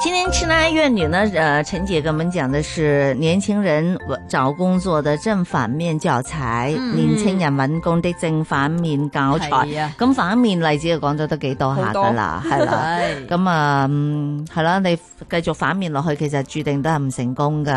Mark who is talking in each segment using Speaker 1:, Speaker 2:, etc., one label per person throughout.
Speaker 1: 今天痴男爱怨女呢，呃，陈姐给我们讲的是年轻人呃找工作的正反面教材，
Speaker 2: 嗯
Speaker 1: 年青人揾工的正反面教材。
Speaker 2: 係啊
Speaker 1: 咁反面例子就講咗得幾多下㗎啦，係啦。
Speaker 2: 係
Speaker 1: 咁啊，嗯係啦，你繼續反面落去，其實注定都係唔成功㗎，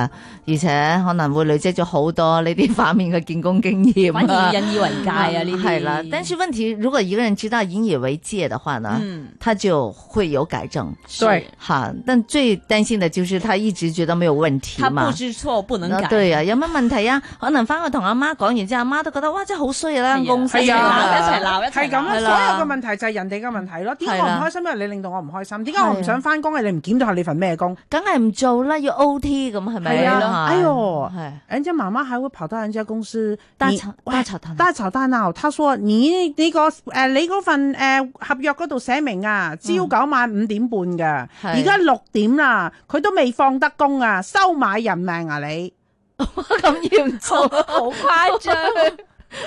Speaker 1: 而且可能會累積咗好多呢啲反面嘅見工經驗啊。
Speaker 2: 反而引以為戒啊呢啲。
Speaker 1: 係啦，但是問題，如果一個人知道引以為戒的話呢，
Speaker 2: 嗯，
Speaker 1: 他就會有改正。
Speaker 2: 對，
Speaker 1: 哈，但最担心的就是他一直觉得没有问题
Speaker 2: 他
Speaker 1: 嘛
Speaker 2: 不。知錯不能
Speaker 1: 啊
Speaker 2: 改。
Speaker 1: 對啊，有乜問題啊？可能翻去同阿媽講完之後，阿媽都覺得哇，真係好衰
Speaker 2: 哎
Speaker 1: 啊！呢間公司
Speaker 2: 係啊
Speaker 1: 啊
Speaker 2: 一齊鬧一齊鬧
Speaker 3: 係咁啦，
Speaker 1: 係
Speaker 3: 所
Speaker 1: 啦
Speaker 3: 有嘅問題就係人哋嘅問題咯。點解我
Speaker 1: 係
Speaker 3: 唔
Speaker 1: 啦啊
Speaker 3: 開心？因為你令到我唔開心。點解我唔想翻工？係你唔檢討下你份咩工？
Speaker 1: 梗係唔做啦，要 O T 咁係咪？
Speaker 3: 係啊哎呦
Speaker 1: 係
Speaker 3: 人家媽媽還會跑到人家公司
Speaker 4: 哎
Speaker 1: 大
Speaker 3: 你
Speaker 1: 吵
Speaker 3: 喂
Speaker 1: 大吵大鬧
Speaker 3: 大吵大鬧。他說：你你個誒、呃你嗰份誒、呃合約嗰度寫明啊，朝九晚五點半㗎，
Speaker 1: 嗯係
Speaker 3: 而家六點啦，佢都未放得工啊，收買人命啊你！
Speaker 1: 咁嚴重，
Speaker 4: 好誇張，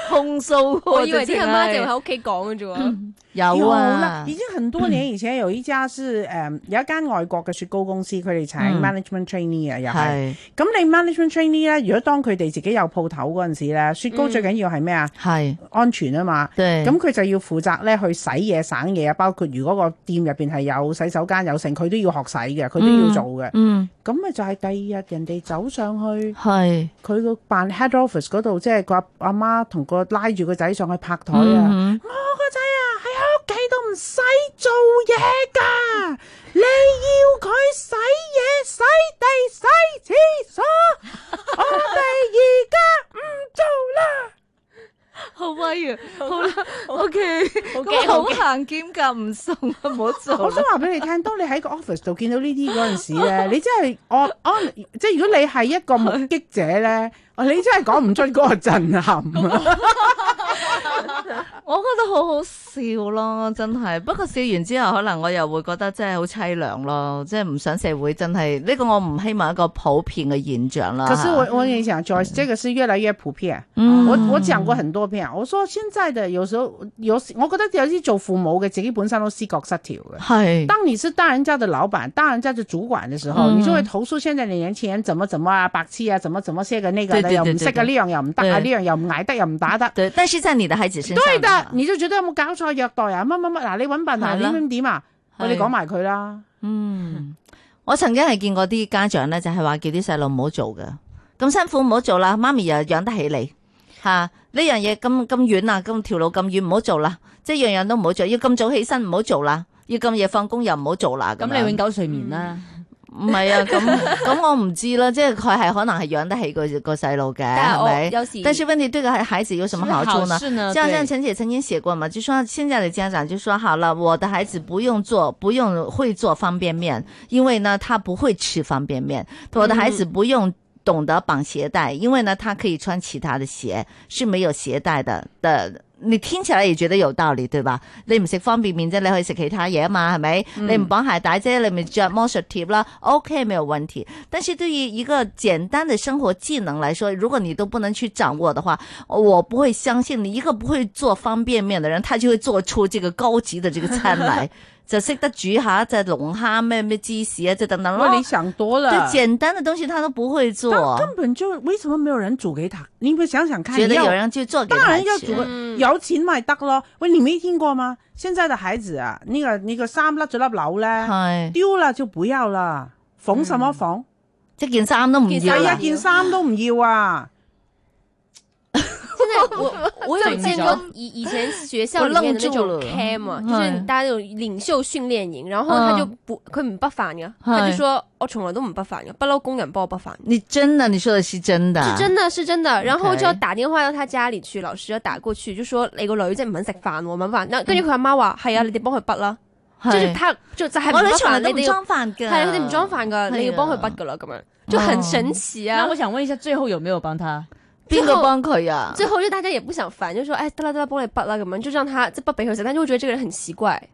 Speaker 1: 控訴喎
Speaker 4: 哦我以為啲阿媽就
Speaker 1: 直情係
Speaker 4: 喺屋企講嘅啫喎。
Speaker 1: 有
Speaker 3: 啦
Speaker 1: 啊
Speaker 3: 已，經很多年以前有一家是誒、呃有一間外國嘅雪糕公司，佢哋請
Speaker 1: 嗯
Speaker 3: management trainee 啊，又係。
Speaker 1: 係
Speaker 3: 咁你 management trainee 咧，如果當佢哋自己有鋪頭嗰陣時咧，雪糕
Speaker 4: 嗯
Speaker 3: 最緊要係咩啊？
Speaker 1: 係
Speaker 3: 安全啊嘛。
Speaker 1: 對，
Speaker 3: 咁佢就要負責咧去洗嘢、省嘢啊，包括如果個店入邊係有洗手間有剩，佢都要學洗嘅，佢都要做嘅。
Speaker 1: 嗯
Speaker 3: 咁咪、就係第二日人哋走上去
Speaker 1: 係
Speaker 3: 佢個辦 head office 嗰度，即係個阿阿媽同個拉住個仔上去拍台啊。
Speaker 1: 嗯哼
Speaker 3: 我個仔啊喺屋企都唔使做嘢㗎，你要佢洗嘢、洗地、洗廁所，我哋而家唔做啦。
Speaker 1: 好威啊！好啦，OK，
Speaker 4: 好
Speaker 1: 咁
Speaker 4: 驚
Speaker 1: 好
Speaker 4: 好
Speaker 1: 行兼夾唔送啊，唔好 做
Speaker 3: 我
Speaker 1: 啦
Speaker 3: 想。話俾你聽，當你喺個 office 度見到呢啲嗰陣時咧，你真係我我即係如果你係一個目擊者咧，你真係講唔出嗰個震撼啊！
Speaker 1: 我覺得好好笑咯，真係。不過笑完之後，可能我又會覺得真係好凄涼咯，即係唔想社會真係呢、個我唔希望一個普遍嘅現象啦。
Speaker 3: 可是我我跟你講，Joyce，這個是越來越普遍。啊
Speaker 1: 嗯
Speaker 3: 我我講過很多遍，啊我說現在的有時候有時，我覺得有啲做父母嘅自己本身都思覺失調嘅。
Speaker 1: 係
Speaker 3: 當你是大人家的老闆、大人家的主管的時候，
Speaker 1: 嗯
Speaker 3: 你就會投訴現在的年輕人怎麼怎麼啊、白痴啊、怎麼怎麼些個那個
Speaker 1: 對
Speaker 3: 的，
Speaker 1: 對
Speaker 3: 又
Speaker 1: 對
Speaker 3: 唔識啊，
Speaker 1: 對
Speaker 3: 呢樣又唔得啊，呢
Speaker 1: 對
Speaker 3: 樣又唔捱得又唔打得。
Speaker 1: 對，但是在你的孩子身啊上，
Speaker 3: 對的，你就覺得有冇搞錯虐待啊？乜乜乜嗱，你揾笨啊？
Speaker 1: 係
Speaker 3: 你
Speaker 1: 啦
Speaker 3: 點點點啊？我哋
Speaker 1: 係
Speaker 3: 講埋佢啦。
Speaker 1: 嗯，我曾經係見過啲家長咧，就係話叫啲細路唔好做嘅，咁辛苦唔好做啦，媽咪又養得起你吓。呢樣嘢咁咁遠啊，咁條路咁遠唔好做啦，即係樣樣都唔好做，要咁早起身唔好做啦，要咁夜放工又唔好做啦。
Speaker 2: 咁
Speaker 1: 樣
Speaker 2: 你永久睡眠啊啦。
Speaker 1: 唔係啊，咁咁 我唔知啦，即係佢係可能係養得起個個細路嘅，
Speaker 4: 但係
Speaker 1: 係
Speaker 4: 我
Speaker 1: 咪？
Speaker 4: 有時，
Speaker 1: 哎但是問題對個孩子有什麼好處呢？
Speaker 2: 是
Speaker 4: 啊
Speaker 2: 呢？
Speaker 1: 就好像
Speaker 2: 對
Speaker 1: 陳姐曾經寫過嘛，就說現在的家長就說好了，我的孩子不用做，不用會做方便面，因為呢他不会吃方便面；我的孩子
Speaker 4: 嗯
Speaker 1: 不用懂得綁鞋帶，因為呢他可以穿其他的鞋，是沒有鞋帶的的。你聽起來也覺得有道理，對吧？你唔食方便面啫，你可以食其他嘢啊嘛，係咪？
Speaker 3: 嗯
Speaker 1: 你唔綁鞋帶啫，你咪着魔術貼啦，OK，沒有問題。但是對於一個簡單的生活技能來說，如果你都不能去掌握的話，我不會相信你一個不會做方便面的人，他就會做出這個高級的這個餐來， 就識得煮下隻龍蝦咩咩芝士啊，這等等
Speaker 3: 喂，
Speaker 1: 咯
Speaker 3: 你。啊想多
Speaker 1: 就
Speaker 3: 了。
Speaker 1: 簡單的東西他都不會
Speaker 3: 但
Speaker 1: 做，啊
Speaker 3: 根本就為什麼沒有人煮給他？你們想想看，
Speaker 1: 覺得
Speaker 3: 你要
Speaker 1: 有人就做給
Speaker 3: 當
Speaker 1: 他
Speaker 3: 然要
Speaker 1: 吃
Speaker 3: 煮。個
Speaker 4: 嗯
Speaker 3: 有錢咪得咯。喂，你沒聽過嗎？現在的孩子啊，呢、個呢、個衫甩咗粒紐咧，
Speaker 1: 係
Speaker 3: 丟啦就不要啦，縫什麼縫？
Speaker 1: 即係件衫都唔要
Speaker 3: 係啊，
Speaker 1: 啦。
Speaker 3: 件衫都唔要啊。
Speaker 4: 真的，我我 有见
Speaker 2: 整
Speaker 4: 过以以前学校里面的那种
Speaker 1: 我愣住了
Speaker 4: camp 啊，
Speaker 1: 嗯
Speaker 4: 就是大家有領袖訓練營，然後他就不佢唔北凡嘅，
Speaker 1: 嗯
Speaker 4: 他就說我從來都唔北凡嘅，不嬲工人幫我北凡。
Speaker 1: 你真的，你說的是真的，啊
Speaker 4: 是真的是真的，然後就要打電話到他家裏
Speaker 1: 嗯
Speaker 4: 去，老師要打過去，就說你個女真係唔肯食飯喎，唔肯飯。那跟住佢阿媽話係啊，你哋幫佢北啦。即係
Speaker 1: 係
Speaker 4: 他就就係
Speaker 1: 嗯
Speaker 4: 唔
Speaker 1: 我哋
Speaker 4: 得
Speaker 1: 從來
Speaker 4: 煩，
Speaker 1: 都
Speaker 4: 你
Speaker 1: 唔
Speaker 4: 哋要
Speaker 1: 裝飯㗎，
Speaker 4: 係你哋唔裝飯㗎，你要幫佢
Speaker 1: 係啊嗯
Speaker 4: 筆㗎啦，咁樣就很神奇啊
Speaker 2: 那我。想问一下，最后有没有帮他？
Speaker 1: 邊個幫佢啊？
Speaker 4: 最後就大家也不想煩，就說哎得啦得啦，幫你筆啦咁樣，就讓他即係筆俾佢食，但就會覺得這個人很奇怪。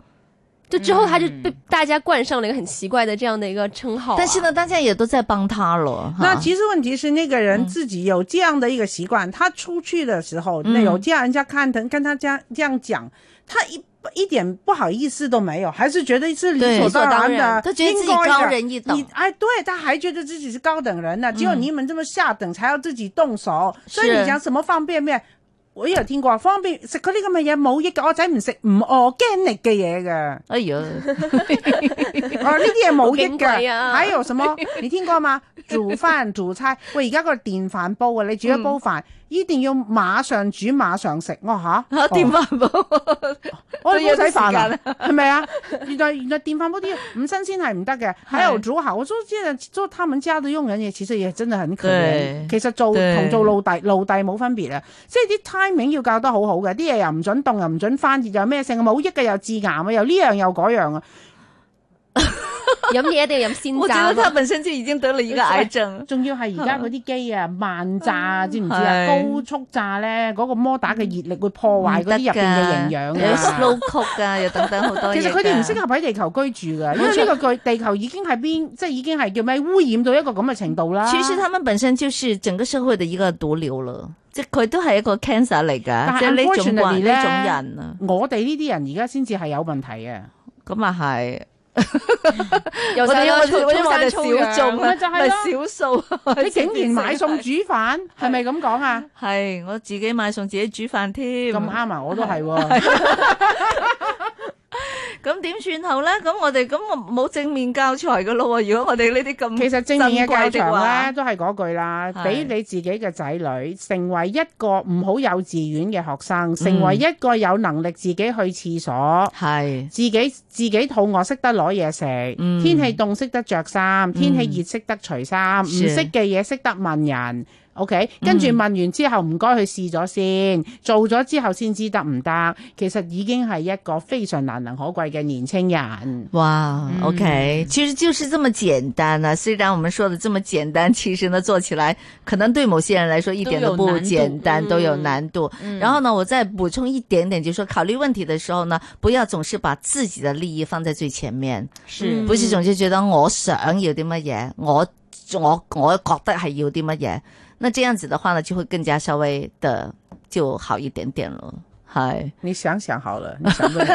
Speaker 4: 就之後他就被大家冠上了一個很奇怪的這樣的一個稱號啊、
Speaker 1: 但是呢，大家也都在幫他了。哈
Speaker 3: 那其实问题是那个
Speaker 1: 嗯
Speaker 3: 人自己有这样的一个习惯，他出去的时候，
Speaker 1: 嗯
Speaker 3: 那有这样人家看他跟他这样这样讲，他一一点不好意思都没有，还是觉得是理
Speaker 1: 对
Speaker 4: 理
Speaker 3: 所当
Speaker 4: 所当
Speaker 3: 的
Speaker 4: 然，
Speaker 1: 他觉得自己
Speaker 3: 应该的
Speaker 1: 高人一等嗯
Speaker 3: 你哎，对他还觉得自己是高等人呢，只有你们这么下等，才要自己动手。所以
Speaker 1: 是
Speaker 3: 你讲什么方便面？我有聽過方便食嗰啲咁嘅嘢冇益嘅，我仔唔食唔 organic 嘅嘢嘅。
Speaker 1: 哎 呦，
Speaker 3: 哦，呢啲嘢冇益
Speaker 4: 好矜貴
Speaker 3: 嘅。
Speaker 4: 啊
Speaker 3: 還有什麼？ 你聽過嗎？煮飯煮菜，喂，而家個電飯煲啊，你煮一
Speaker 1: 嗯
Speaker 3: 煲飯，一定要馬上煮馬上食。我嚇，
Speaker 1: 啊電飯煲，
Speaker 3: 我
Speaker 1: 都要啲
Speaker 3: 煲仔
Speaker 1: 時
Speaker 3: 飯
Speaker 1: 間
Speaker 3: 啊，係咪啊？原來原來電飯煲啲嘢唔新鮮係唔得嘅，喺度煮好。我說即係做他們家的傭人嘢，其實也真係很可
Speaker 1: 對
Speaker 3: 憐。其實做
Speaker 1: 對
Speaker 3: 同做奴隸奴隸冇分別啊，即係啲 timing 要教得好好嘅，啲嘢又唔準凍，又唔準翻熱，又咩性冇益嘅，又致癌啊，又呢樣又嗰樣啊。
Speaker 4: 飲嘢一定要飲鮮
Speaker 1: 我覺
Speaker 4: 榨
Speaker 1: 得他
Speaker 4: 嘛。
Speaker 1: 本身就已經得了一個癌 症。
Speaker 3: 仲要係而家嗰啲機啊，慢炸啊知唔知
Speaker 1: 係
Speaker 3: 啊？高速炸咧，嗰個摩打嘅熱力會破壞嗰啲入邊嘅 營
Speaker 1: 唔得㗎有
Speaker 3: 養啊。
Speaker 1: slow cook 噶，又等等好多嘢㗎。
Speaker 3: 其實佢哋唔
Speaker 1: 啊
Speaker 3: 適合喺地球居住嘅，因為呢個 地地球已經係邊，即係已經係叫咩污染到一個咁嘅程度啦。
Speaker 1: 其實他們本身就是整個社會的一個毒瘤啦，即係佢都係一個 cancer 嚟㗎，
Speaker 3: 但
Speaker 1: 即係呢種群
Speaker 3: unfortunately
Speaker 1: 呢
Speaker 3: 呢
Speaker 1: 種人啊，
Speaker 3: 我哋呢啲人而家先至係有問 題啊！
Speaker 1: 咁啊係，
Speaker 4: 又
Speaker 1: 我哋
Speaker 4: 又
Speaker 1: 我哋我哋話
Speaker 4: 又
Speaker 1: 就小眾啦，
Speaker 3: 咪就係
Speaker 1: 咪
Speaker 3: 咯
Speaker 1: 少數啊，
Speaker 3: 你竟然買餸煮飯，係咪咁講啊？
Speaker 1: 係我自己買餸自己煮飯添，
Speaker 3: 咁啱啊！我都係喎，
Speaker 1: 咁點算好咧？咁我哋咁我冇正面教材噶咯喎，如果我哋呢啲咁
Speaker 3: 其實正面嘅
Speaker 1: 珍貴
Speaker 3: 教
Speaker 1: 的話
Speaker 3: 材咧，都係嗰句啦，
Speaker 1: 係
Speaker 3: 俾你自己嘅仔女成為一個唔好幼稚園嘅學生，
Speaker 1: 嗯
Speaker 3: 成為一個有能力自己去廁所。
Speaker 1: 係
Speaker 3: 自己自己肚餓識得攞嘢食，
Speaker 1: 嗯
Speaker 3: 天氣凍識得着衫，天氣熱識得除衫，唔
Speaker 1: 是嗯
Speaker 3: 識嘅嘢識得問人。OK，跟住問完之後唔該去試咗先，做咗之後先知得唔得。其實已經係一個非常難能可貴嘅年青人。
Speaker 1: 哇、o
Speaker 3: 嗯
Speaker 1: k 其實就是這麼簡單啊。雖然我們說的這麼簡單， 其實呢做起來可能對某些人來說一點都不簡單，都
Speaker 4: 都
Speaker 1: 有
Speaker 4: 有
Speaker 1: 難度。
Speaker 3: 嗯
Speaker 1: 然後呢，我再補充一點點，就是說考慮問題的時候呢，不要總是把自己的利益放在最前面，
Speaker 2: 是
Speaker 1: 嗯不是總是覺得我想要啲乜嘢，我我我覺得係要啲乜嘢。那這樣子的話呢，就會更加稍微的就好一點點咯。係，
Speaker 3: 你想想好了，你想不想？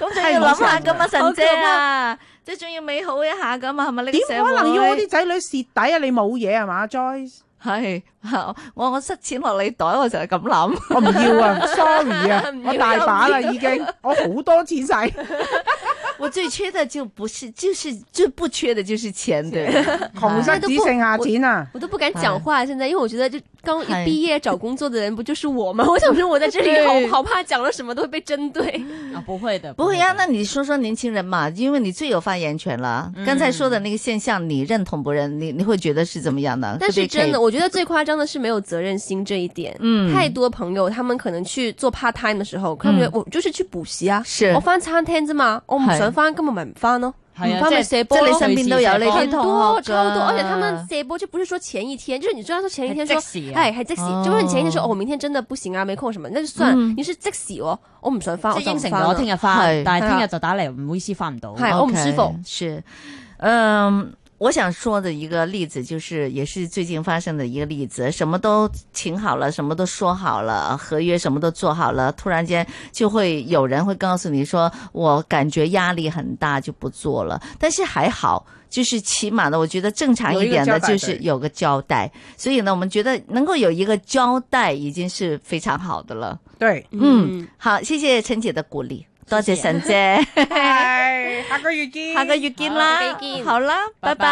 Speaker 1: 咁
Speaker 3: 仲要諗下㗎嘛
Speaker 1: 神姐啊，即係仲要美好一下噶嘛，係咪呢
Speaker 3: 點可能要我啲仔女蝕底啊？你冇嘢係嘛，Joyce？
Speaker 1: 系， 我我塞錢落你袋，我就係咁諗。
Speaker 3: 我唔要啊，sorry 啊
Speaker 4: 唔，要
Speaker 3: 我大把啦已經，我好多錢使。
Speaker 1: 我最缺的就不是，就是最不缺的就是錢，對吧？
Speaker 3: 窮
Speaker 1: 啊
Speaker 3: 得只剩下錢啊！
Speaker 4: 我都不敢講話，現在，因為我覺得就剛一
Speaker 1: 哎
Speaker 4: 畢業找工作的人不就是我嗎？ 我想說我在這
Speaker 1: 對
Speaker 4: 裡好好怕講了什麼都會被針對。
Speaker 2: 啊，不会的，
Speaker 1: 不會
Speaker 2: 的
Speaker 4: 嗯
Speaker 1: 呀、那你說說年輕人嘛，因為你最有發言權啦。
Speaker 4: 嗯
Speaker 1: 剛才說的那個現象，你認同不認？你你會覺得是怎麼樣的？
Speaker 4: 但是真的，
Speaker 1: 會
Speaker 4: 我觉得最夸张的是没有责任心这一点。
Speaker 1: 嗯
Speaker 4: 太多朋友他们可能去做 part time 的时候，
Speaker 2: 嗯
Speaker 4: 佢哋、我哦就是去补习啊，
Speaker 1: 是
Speaker 4: 我翻餐廳啫嘛，我唔
Speaker 1: 係
Speaker 4: 想翻，根本咪唔翻咯。
Speaker 2: 系
Speaker 4: 唔
Speaker 2: 啊，
Speaker 4: 翻
Speaker 2: 即
Speaker 4: 咪
Speaker 2: 係
Speaker 4: 射
Speaker 1: 被
Speaker 4: 波
Speaker 1: 即係你
Speaker 4: 咯
Speaker 1: 身。邊都有呢
Speaker 4: 很
Speaker 1: 啲同啊
Speaker 4: 多
Speaker 1: 學
Speaker 4: 超多，
Speaker 1: 㗎
Speaker 4: 而且他们直播就不是说前一天，就是你知道说前一天说
Speaker 2: 係，即時啊
Speaker 4: 哎，还即時，
Speaker 1: 哦
Speaker 4: 就是你前一天说哦，我明天真的不行啊，沒空什么，那就算
Speaker 1: 嗯。
Speaker 4: 你是即時喎，我唔想翻，我
Speaker 2: 即係
Speaker 4: 就
Speaker 2: 應
Speaker 4: 唔
Speaker 2: 承
Speaker 4: 翻啦
Speaker 2: 咗聽日翻
Speaker 1: 係，
Speaker 2: 但係聽日就打嚟，唔好意思翻唔到。
Speaker 4: 係我唔舒服
Speaker 1: OK，是，嗯。我想說的一個例子，就是也是最近發生的一個例子，什麼都請好了，什麼都说好了，合約什麼都做好了，突然间就会有人会告訴你说，我感觉压力很大，就不做了。但是还好，就是起码呢，我觉得正常一点的，
Speaker 3: 有一个交代
Speaker 1: 就是有个交代。所以呢，我们觉得能够有一个交代，已经是非常好的了。
Speaker 3: 對，
Speaker 1: 嗯，好，谢谢陳姐的鼓勵，多謝陳姐。
Speaker 3: 係下個月見。
Speaker 1: 下個月見
Speaker 4: 好
Speaker 1: 啦
Speaker 4: 下個月，見
Speaker 1: 好啦，拜
Speaker 2: 拜拜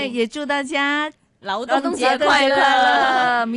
Speaker 1: 拜，也祝大家
Speaker 2: 勞
Speaker 4: 勞
Speaker 2: 動
Speaker 4: 動
Speaker 2: 節
Speaker 4: 節
Speaker 1: 節
Speaker 4: 快
Speaker 1: 快
Speaker 4: 樂
Speaker 1: 樂。明